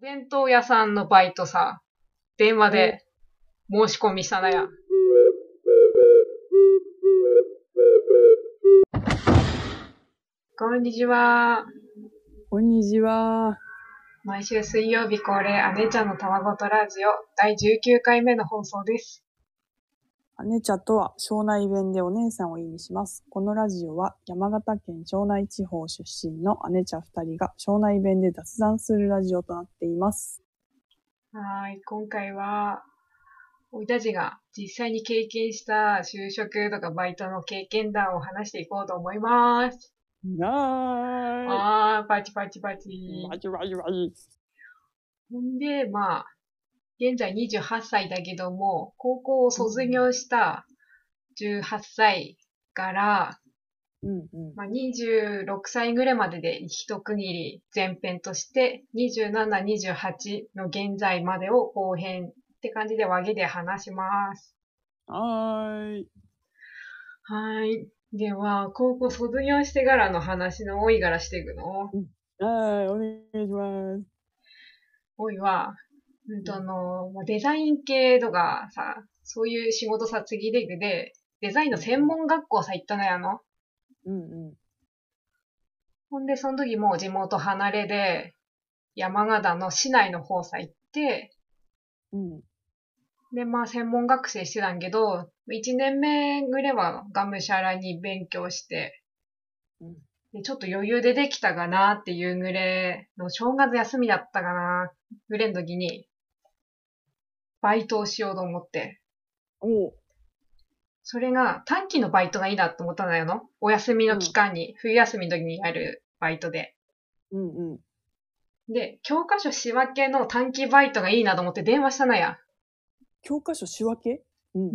弁当屋さんのバイトさ、電話で申し込みしたなや。こんにちは。こんにちは。毎週水曜日恒例、姉ちゃんの卵とラジオ第19回目の放送です。姉茶とは、庄内弁でお姉さんを意味します。このラジオは、山形県庄内地方出身の姉茶二人が、庄内弁で雑談するラジオとなっています。はーい、今回は、おいたちが実際に経験した就職とかバイトの経験談を話していこうと思います。なーい。あー、パチパチパチ。わじわじわじ。ほんで、まあ、現在28歳だけども、高校を卒業した18歳から、うんうん。まあ、26歳ぐらいまでで一区切り前編として、27、28の現在までを後編って感じで分けて話します。はーい。はい。では、高校卒業してからの話の多いからしていくのはーい、お願いします。多いは、うんとあの、まあデザイン系とかさ、そういう仕事さ、次で行くで、デザインの専門学校さ、行ったのやの。うんうん。ほんで、その時もう地元離れで、山形の市内の方さ、行って、うん。で、まあ、専門学生してたんけど、1年目ぐらいはがむしゃらに勉強して、うんでちょっと余裕でできたかなっていうぐらいの、正月休みだったかな、ぐらいの時に、バイトをしようと思って、おう。それが短期のバイトがいいなって思ったのよの。お休みの期間に、冬休みの時にやるバイトで。うんうん。で、教科書仕分けの短期バイトがいいなと思って電話したのや。教科書仕分けうんうん。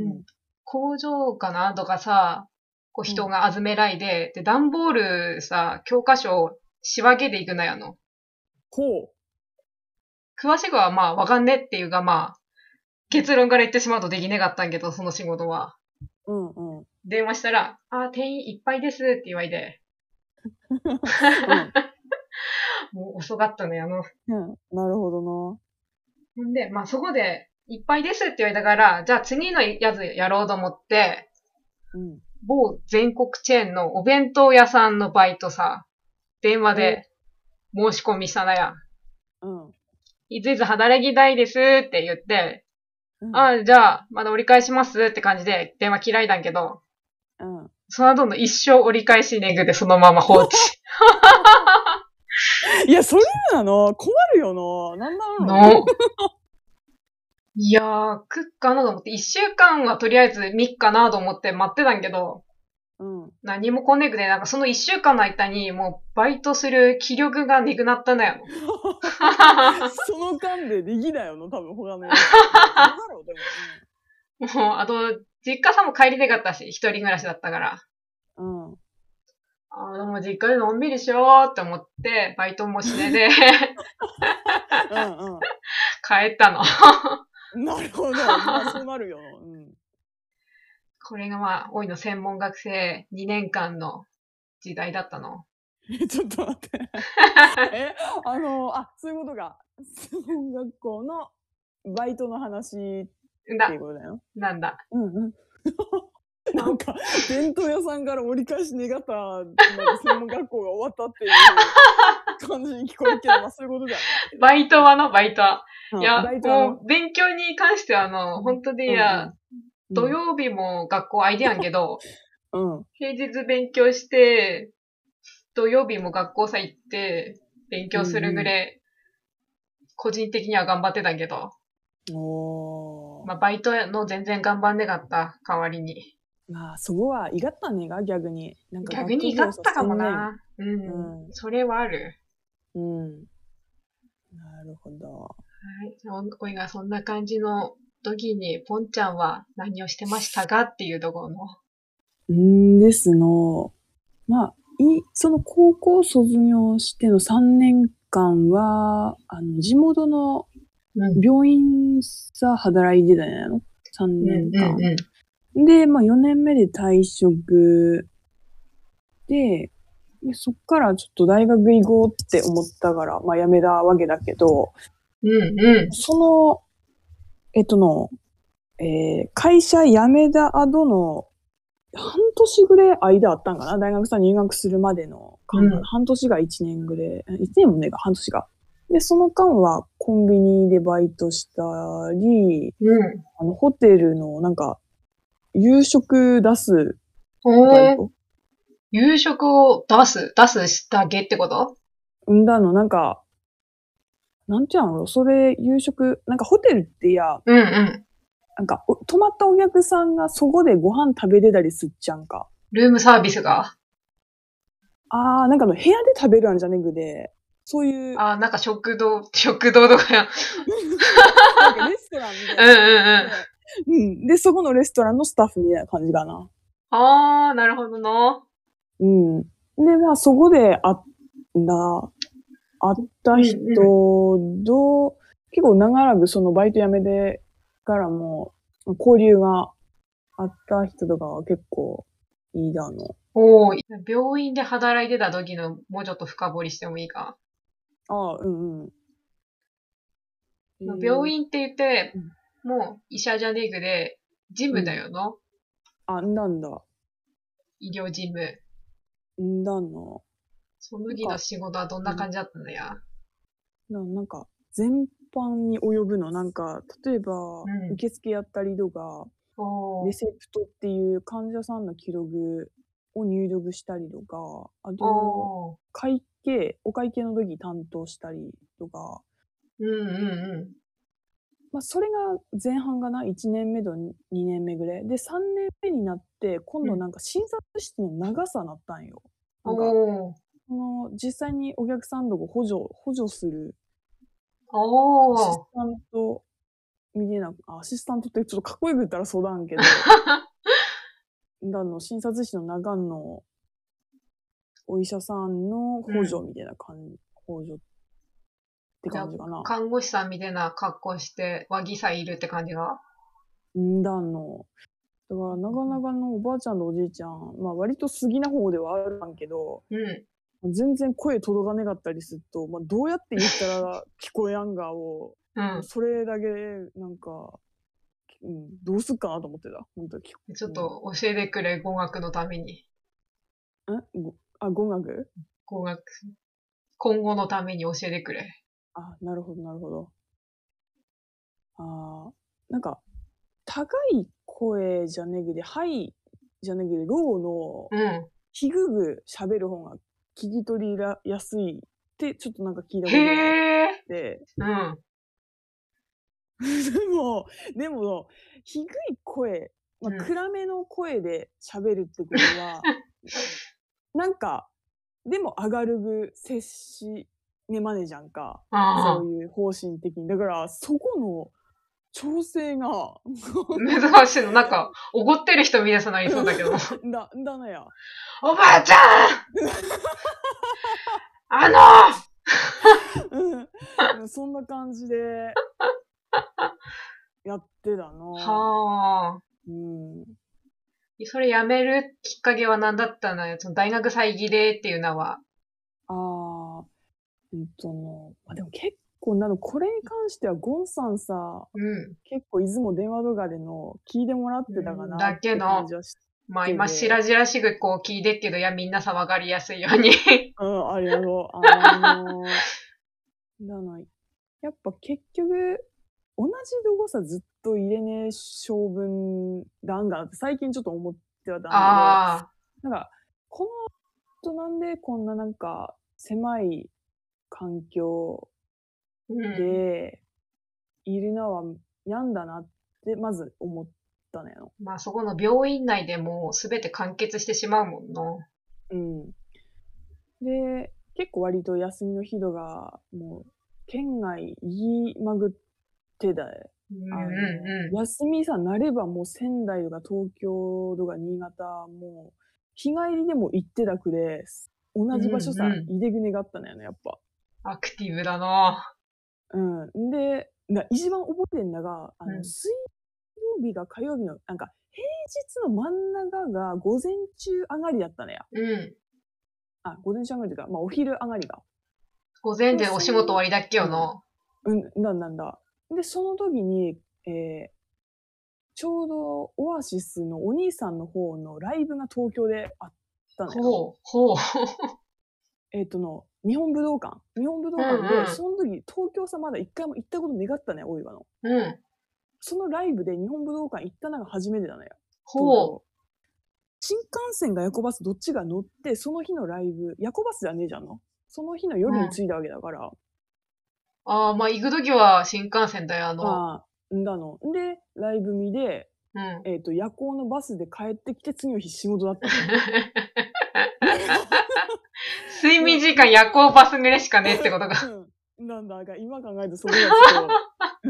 工場かなとかさ、こう人が集めらいで、で、段ボールさ、教科書を仕分けていくのやの。こ詳しくはまあわかんねっていうかまあ、結論から言ってしまうとできねかったんけど、その仕事は。う。うん うん。うん。電話したら、あー、店員いっぱいですって言われて、もう遅かったのやの。うんなるほどほんで、まあそこで、いっぱいですって言われたから、じゃあ次のやつやろうと思って、な。うん。某全国チェーンのお弁当屋さんのバイトさ、電話で申し込みしたなや。うん。いついつ働きたいですって言って、うんああ、じゃあ、まだ折り返しますって感じで電話嫌いだんけど、うん。その後の一生折り返しネグでそのまま放置。いや、それなの困るよな。なんだろうな。の。いやー、食っかなと思って、一週間はとりあえず3日かなと思って待ってたんけど、うん。何も来ねくて、なんかその一週間の間に、もうバイトする気力がなくなったのよ。その間でできないよな、多分他のやつ。なんだろう、でもう、あと、実家さんも帰りたかったし、一人暮らしだったから。も。うん。うん。あーでも実家でのんびりしようって思って、バイトもしねで うん帰ったの。うん。なるほど。まあ、そうなるよな。うん。これがまあ、大井の専門学生2年間の時代だったの。え、ちょっと待って。え、あの、あ、そういうことか。専門学校のバイトの話ってだいう、ことだよ。なんだ。うんうん。なんか、弁当屋さんから折り返し願った、なんか専門学校が終わったっていう感じに聞こえるけど、まあ、そういうことだよね。バイトはの、バイトは。うんいや、バイトものう、勉強に関してはあの、本当でいうんや、うん土曜日も学校空いてやんけど、うん。平日勉強して、土曜日も学校さ行って、勉強するぐらい、個人的には頑張ってたけど、おーまあ、バイトの全然頑張んなかった代わりに。まあ、そこは、いがったねが、逆に。なんか逆にいかったかも。な。う学校ん。それはある。生にうん。うん。なるほど。はい。おいがそんな感じの時に、ポンちゃんは何をしてましたかっていうところの。うんですの。まあ、い、その高校卒業しての3年間は、あの、地元のうん。病院さ、働いてたんやろ ?3 年間。うん。で、まあ4年目で退職で、でそっからちょっと大学行こうって思ったから、まあ辞めたわけだけど、うんうん。その、えっとの、えー会社辞めた後の、半年ぐらい間あったんかな大学さん入学するまでの間が、うん半年が1年ぐらい、1年もねえか、半年が。で、その間はコンビニでバイトしたり、うん。あの、ホテルのなんか、夕食出すバほイうト、夕食を出す、出すしたげってことうんだの、なんか、なんてやろう、それ、夕食、なんかホテルってや、うんうん。なんか、お泊まったお客さんがそこでご飯食べれたりすっちゃんか。ルームサービスが。あー、なんかあの部屋で食べるんじゃねぐで、そう いう、あー、なんか食堂、食堂とかや。なんかレストランみたいうんうんな。うん。うん。で、そこのレストランのスタッフみたいな感じかな。あー、なるほどな。うん。で、まあ、そこで会った、会った人と、結構長らくそのバイト辞めてからも、交流があった人とかは結構いいだの。おー、病院で働いてた時のもうちょっと深掘りしてもいいか。ああ、うんうん。えー病院って言ってうん、もう医者じゃねえくで、ジムだよな。あ、なんだ。医療事務。んだの。その時の仕事はどんな感じだったんだや。ななんか、全般に及ぶの。なんか、例えば、うん受付やったりとか、おレー。セプトっていう患者さんの記録を入力したりとか、あと、おー。会計、お会計の時担当したりとか、うんうんうん。まあ、それが前半がな、1年目と2年目ぐらい。で、3年目になって、今度なんか診察室の長さなったんよ。なんか、おー。その実際にお客さんとこ補助、補助するアシスおー。タント、みたいな、あアシスタントってちょっとかっこよく言ったらそうだん けど、だの診察室の中のお医者さんの補助みたいな感じ、補助って感じかな。看護師さんみたいな格好して、和議さいるって感じが。んだの。だから、なかなかのおばあちゃんとおじいちゃん、まあ割と過ぎな方ではあるんけど、うん。全然声届かねかったりすると、まあどうやって言ったら聞こえやんがを、うん。それだけで、なんか、うん、どうすっかなと思ってた。本当に。ちょっと教えてくれ、語学のために。んごあ、語学語学。今後のために教えてくれ。あ、なるほど、なるほど。あーなんか、高い声じゃねぐで、はいじゃねぐで、ローの、うん。ひぐぐ喋る方が聞き取りらやすいって、ちょっとなんか聞いたことがあっへえ。て、うん。でも、 でも、低い声、まうんあ、暗めの声で喋るってこ とは、なんか、でも上がるぐ接し、ね、マネじゃんか。あそういう方針的に。だから、そこの調整が、 あ。珍しいの。なんか、怒ってる人みんなそうなりそうだ けど。だ、だなや。おばあ ちゃんあのうん。そんな感じで、やってたな。 はあ。うん。それやめるきっかけは何だったのよ。その大学再起でっていうのは。ああ、うんとの、まあ、でも結構なの、これに関してはゴンさんさ、うん。結構いつも電話とかでの聞いてもらってたかうな。んだけどって感じ はしまあで今、しらじらしくこう聞いてっけど、いや、みんな騒がりやすいよう に。うん、ありがとう。あのー、なの、やっぱ結局、同じ動画さずっと入れねえ性分だんだなって最近ちょっと思ってはたんだけど、ああ。なんか、この人なんでこんななんか狭い環境うん。でいるのは病んだなってまず思ったのよ。まあそこの病院内でもう全て完結してしまうもんな。うん。で、結構割と休みの日とか、もう、県外言いまぐってだよ。うんあうんのう休みさ、なればもう仙台とか東京とか新潟、もう、日帰りでも行ってたくで、同じ場所さ、うんいでぐねがあったのよね、やっぱ。ん。アクティブだな。うん。で、な一番覚えてんだが、あの、うん水曜日が火曜日の、なんか、平日の真ん中が午前中上がりだったのや。うん。あ、午前中上がりというか、まあ、お昼上がりが。午前でお仕事終わりだっけよな。うん、なんだなんだ。で、その時に、えーちょうどオアシスのお兄さんの方のライブが東京であったのよ。ほう、ほう。えっ、との、日本武道館。日本武道館で、うんうんその時、東京さまだ一回も行ったこと願ったね、大岩の。うん。そのライブで日本武道館行ったのが初めてなのよ。ほう。う。新幹線が夜行バスどっちが乗って、その日のライブ、夜行バスじゃねえじゃんの。その日の夜に着いたわけだから、ああ、まあ、行くときは新幹線だよ、あの。ああ、んだの。で、ライブ見で、うん。えっ、と、夜行のバスで帰ってきて、次の日仕事だったの。睡眠時間夜行バスぐらいしかねえってことが。うん。なんだが、今考えるとそれがち ょっと、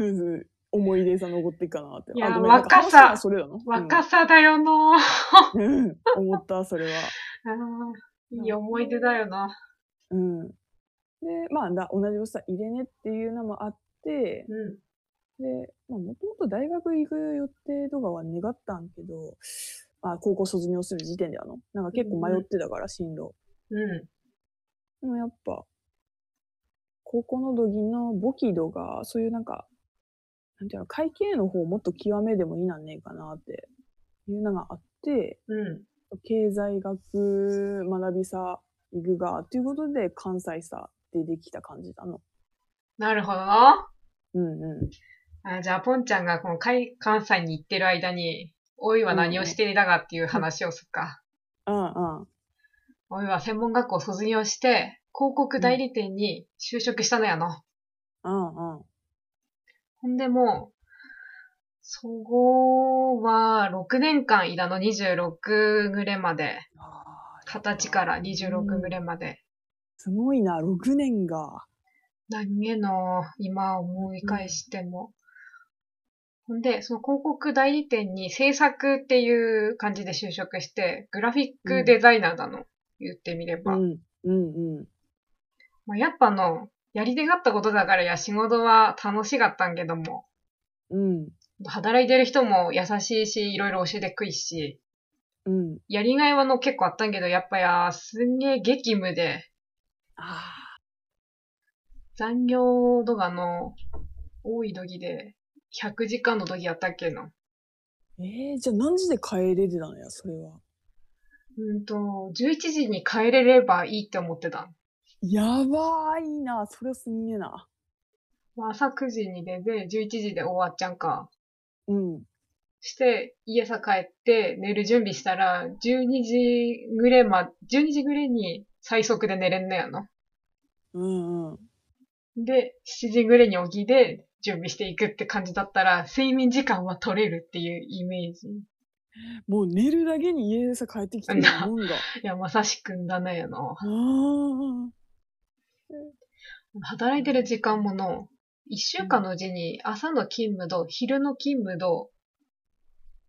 うんうん思い出さ残ってっかなって。いやあごめん若さなんか話はそれだの若さだよのー。うんうん思った、それは。あーいい思い出だよな。うん。で、まあ、だ同じおっさん、入れねっていうのもあって、うん。で、まあ、もともと大学行く予定とかは願ったんけど、まあ、高校卒業する時点であの、なんか結構迷ってたから、進路。うでもやっぱ、高校の時の簿記とか、そういうなんか、なんていうの、会計の方をもっと極めでもいいなんねえかなっていうのがあって、ん。う経済学学びさ、行くが、ということで関西さ出てきた感じだの。ん。なるほどな。うんうん。あじゃあ、ポンちゃんがこの海関西に行ってる間に、おいは何をしていたかっていう話をするか。うんうん。おいは専門学校を卒業して、広告代理店に就職したのやの。うんうん。ほんでもう、そこは6年間いだの26ぐれまで、20歳から26ぐらいまで。すごいな、6年が。何げの、今思い返しても。ほんで、その広告代理店に制作っていう感じで就職して、グラフィックデザイナーだの、言ってみれうば。ん、うん、うん。まあ、やっぱの、やり手があったことだからや、仕事は楽しかったんけども、うん、働いてる人も優しいし、いろいろ教えてくいし、うん。やりがいはの結構あったんけど、やっぱや、すんげえ激務で、あ残業度がの、多い時で、100時間の時やったっけの。ーえー、じゃあ何時で帰れてたのや、それは。うんと、11時に帰れればいいって思ってた。やばいな、それすんげえな。まあ朝9時に出て、11時で終わっちゃんか。うん。して、家さ帰って寝る準備したら、12時ぐれま、12時ぐれに最速で寝れんのやの。うんうん。で、7時ぐれに起きて準備していくって感じだったら、睡眠時間は取れるっていうイメージ。もう寝るだけに家でさ帰ってきてるもんだ。いや、まさしくんだねやの。あー働いてる時間もの、一週間のうちに朝の勤務と昼の勤務と、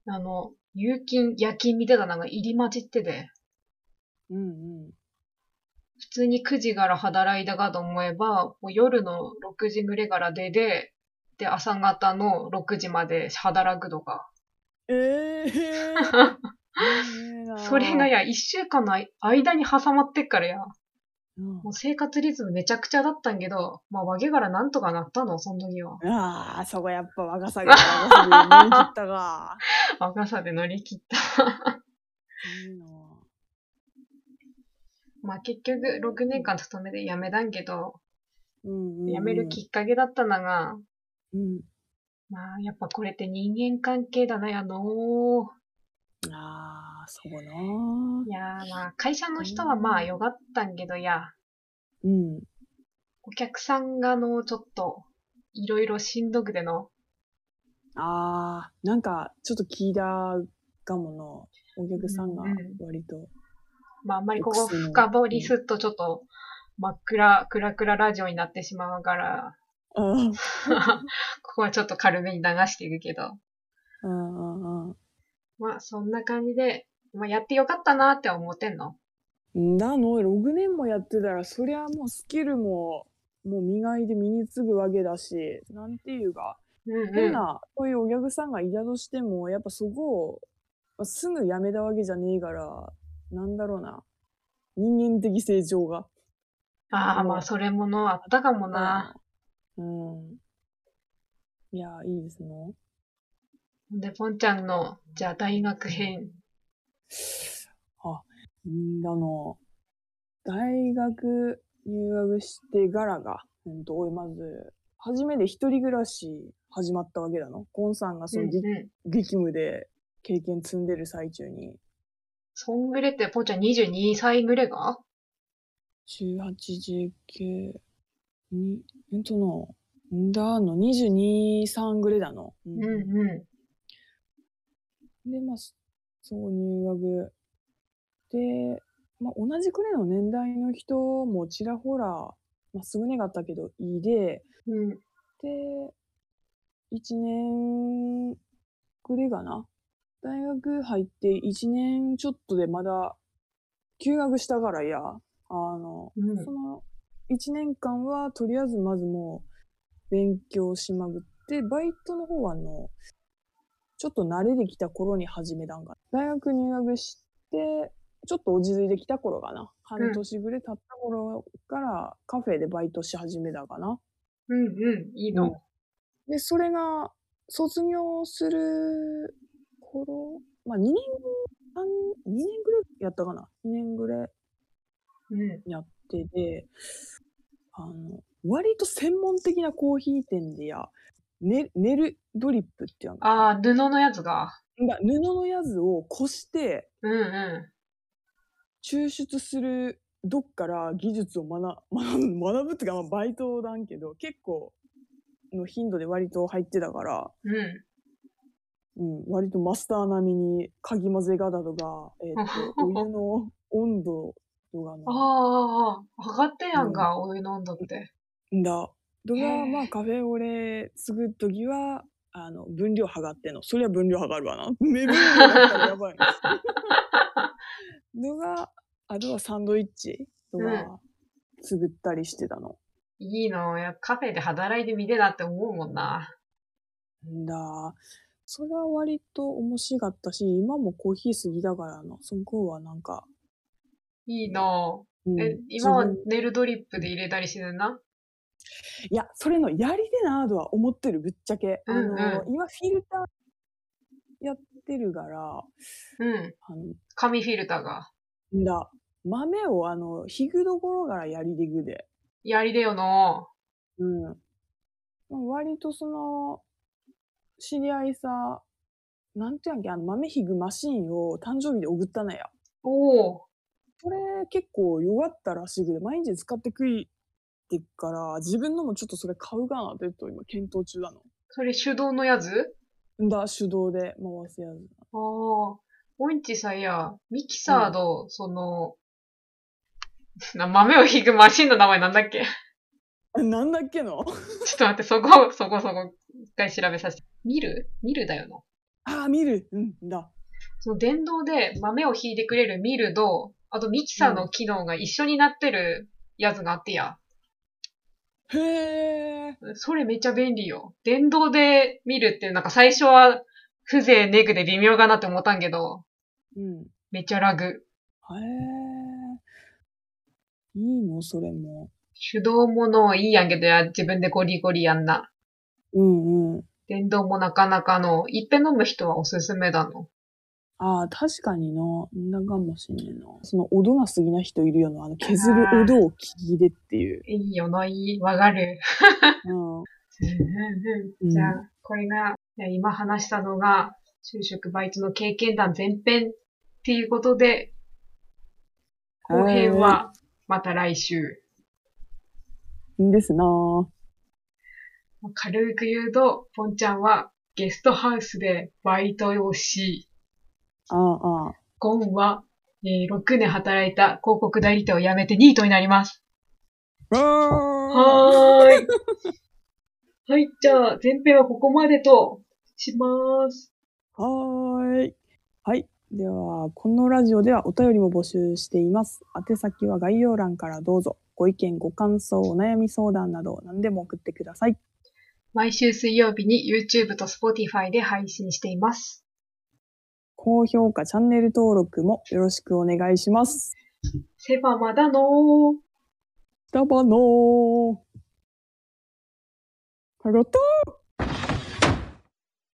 あの、有勤、夜勤みたいなのが入り混じってて、うんうん。普通に9時から働いたかと思えば、もう夜の6時ぐらいから出で、で、朝方の6時まで働くとか。え えー。いいねなそれが、や、一週間の間に挟まってっからや、うんもう生活リズムめちゃくちゃだったんけど、まあ、わけからなんとかなったの、その時は。 ああ、そこやっぱ若さが、若さが見切ったか。若さで乗り切った。いいなまあ結局6年間勤めて辞めたんけど、うんうんうん辞めるきっかけだったのが、うん。まあやっぱこれって人間関係だなやのああ、そこないやーまあ会社の人はまあよかったんけどや、うん。お客さんがのちょっといろいろしんどくての、ああ、なんか、ちょっと聞いたかもの。お客さんがうんうん割と。まああんまりここ深掘りすっとちょっと真っ暗、暗々ラジオになってしまうから、 うん、ここはちょっと軽めに流していくけど、うん、うん、うん。まあそんな感じで、まあやってよかったなって思ってんの。だの、6年もやってたら、そりゃもうスキルも、もう磨いて身につぐわけだし、なんていうか、うんうん。変な、そういうお客さんがいたとしても、やっぱそこを、まあすぐやめたわけじゃねえから、なんだろうな。人間的成長が。ああ、もうまあ、それものあったかもな。うん。いやー、いいですね。で、ポンちゃんの、じゃあ大学編。うんあの、大学入学してからが、うんと、おい、まず、初めて一人暮らし始まったわけだの。ゴンさんがその、うんぎうん。激務で経験積んでる最中に、そんぐれって、ポンちゃん22歳ぐれが18、19、に、えっとの、んだの、22、3ぐらいだの。ううんうで、まあ、そそう、入学。で、まあ、同じくらいの年代の人もちらほら、まあ、すぐねがあったけど、いいで、ん。うん。で、1年くらいかな。大学入って1年ちょっとでまだ、休学したからいや、あの、うんそ。の1年間はとりあえずまずもう勉強しまぐって、バイトの方はあの、ちょっと慣れてきた頃に始めたんかな。大学入学して、ちょっと落ち着いてきた頃かな。半年ぐらい経った頃からカフェでバイトし始めたかな。うんうん。いいの。で、それが卒業する頃、まあ2年、三二年ぐらいやったかな。2年ぐらいうん。やってで、あの、割と専門的なコーヒー店でや、ね、ネルドリップっていうのああ、布のやつが。が布のやつをこしてうんう抽出するどっから技術を学 学ぶ、学ぶっていうか、まあ、バイトなんけど、結構の頻度で割と入ってたから、ん。ううん、割とマスター並みに、かぎ混ぜ方とか、えっ、 と、お湯の温度とかん。の、ああ、上がってやんか、お湯飲んだって。だ。とへが、ーまあ、カフェオレ作るときは、あの、分量測ってんの。そりゃ分量測る わな。目分量だったらやばいの。のが、あとはサンドイッチとか、作ったりしてたの。いいの。やカフェで働いてみてだって思うもんな。んだ。それは割と面白かったし、今もコーヒー好きだからの、そこはなんか、いいの。うんえ、今は自分ネルドリップで入れたりしてるな。いや、それのやりでなとは思ってる、ぶっちゃけ。あの、うんう今フィルターやってるから、うん。あの、紙フィルターが。んだ。豆をあの、ひぐどころからやりでぐで。やりでよの。うん。まあ、割とその、知り合いさ、なんてやんけ、あの、豆ひぐマシーンを誕生日で送ったのや。おお。それ結構よかったらしいぐで、毎日使ってくいってっから、自分のもちょっとそれ買うかなってと今検討中なの。それ手動のやつんだ、手動で回すあやつ。あ。おいんちさんや、ミキサーの、その、な豆をひくマシンの名前なんだっけ あなんだっけちの ょっと待って、そこ、そこそこ、一回調べさせて。ミルミルだよな。ああ、見る。うんだ。その電動で豆をひいてくれるミルと、あとミキサーの機能が一緒になってるやつがあってや。へえ。それめっちゃ便利よ。電動で見るって、なんか最初は風情ネグで微妙かなって思ったんけど、うん。めっちゃラグ。へえ。いいのそれも。手動ものいいやんけどや、自分でゴリゴリやんな。うんうん。電動もなかなかの、いっぺん飲む人はおすすめだの。ああ、確かにな。んなかもしんねえな。その、おどが好きな人いるよな。あの、削るおどを聞いてっていう。いいよな、いい。わかる。うん。うんじゃあ、これが、いや今話したのが、就職バイトの経験談前編っていうことで、後編はまた来週。いいですなぁ。軽く言うと、ポンちゃんはゲストハウスでバイトをし、ああ、ああ。ゴンは、えー6年働いた広告代理店を辞めてニートになります。ははーい。 はい、じゃあ前編はここまでとします。ーい。はい。では、このラジオではお便りも募集しています。宛先は概要欄からどうぞ。ご意見、ご感想、お悩み相談など何でも送ってください。毎週水曜日に YouTube と Spotify で配信しています。高評価、チャンネル登録もよろしくお願いします。セバマだのー。ダバノーやったー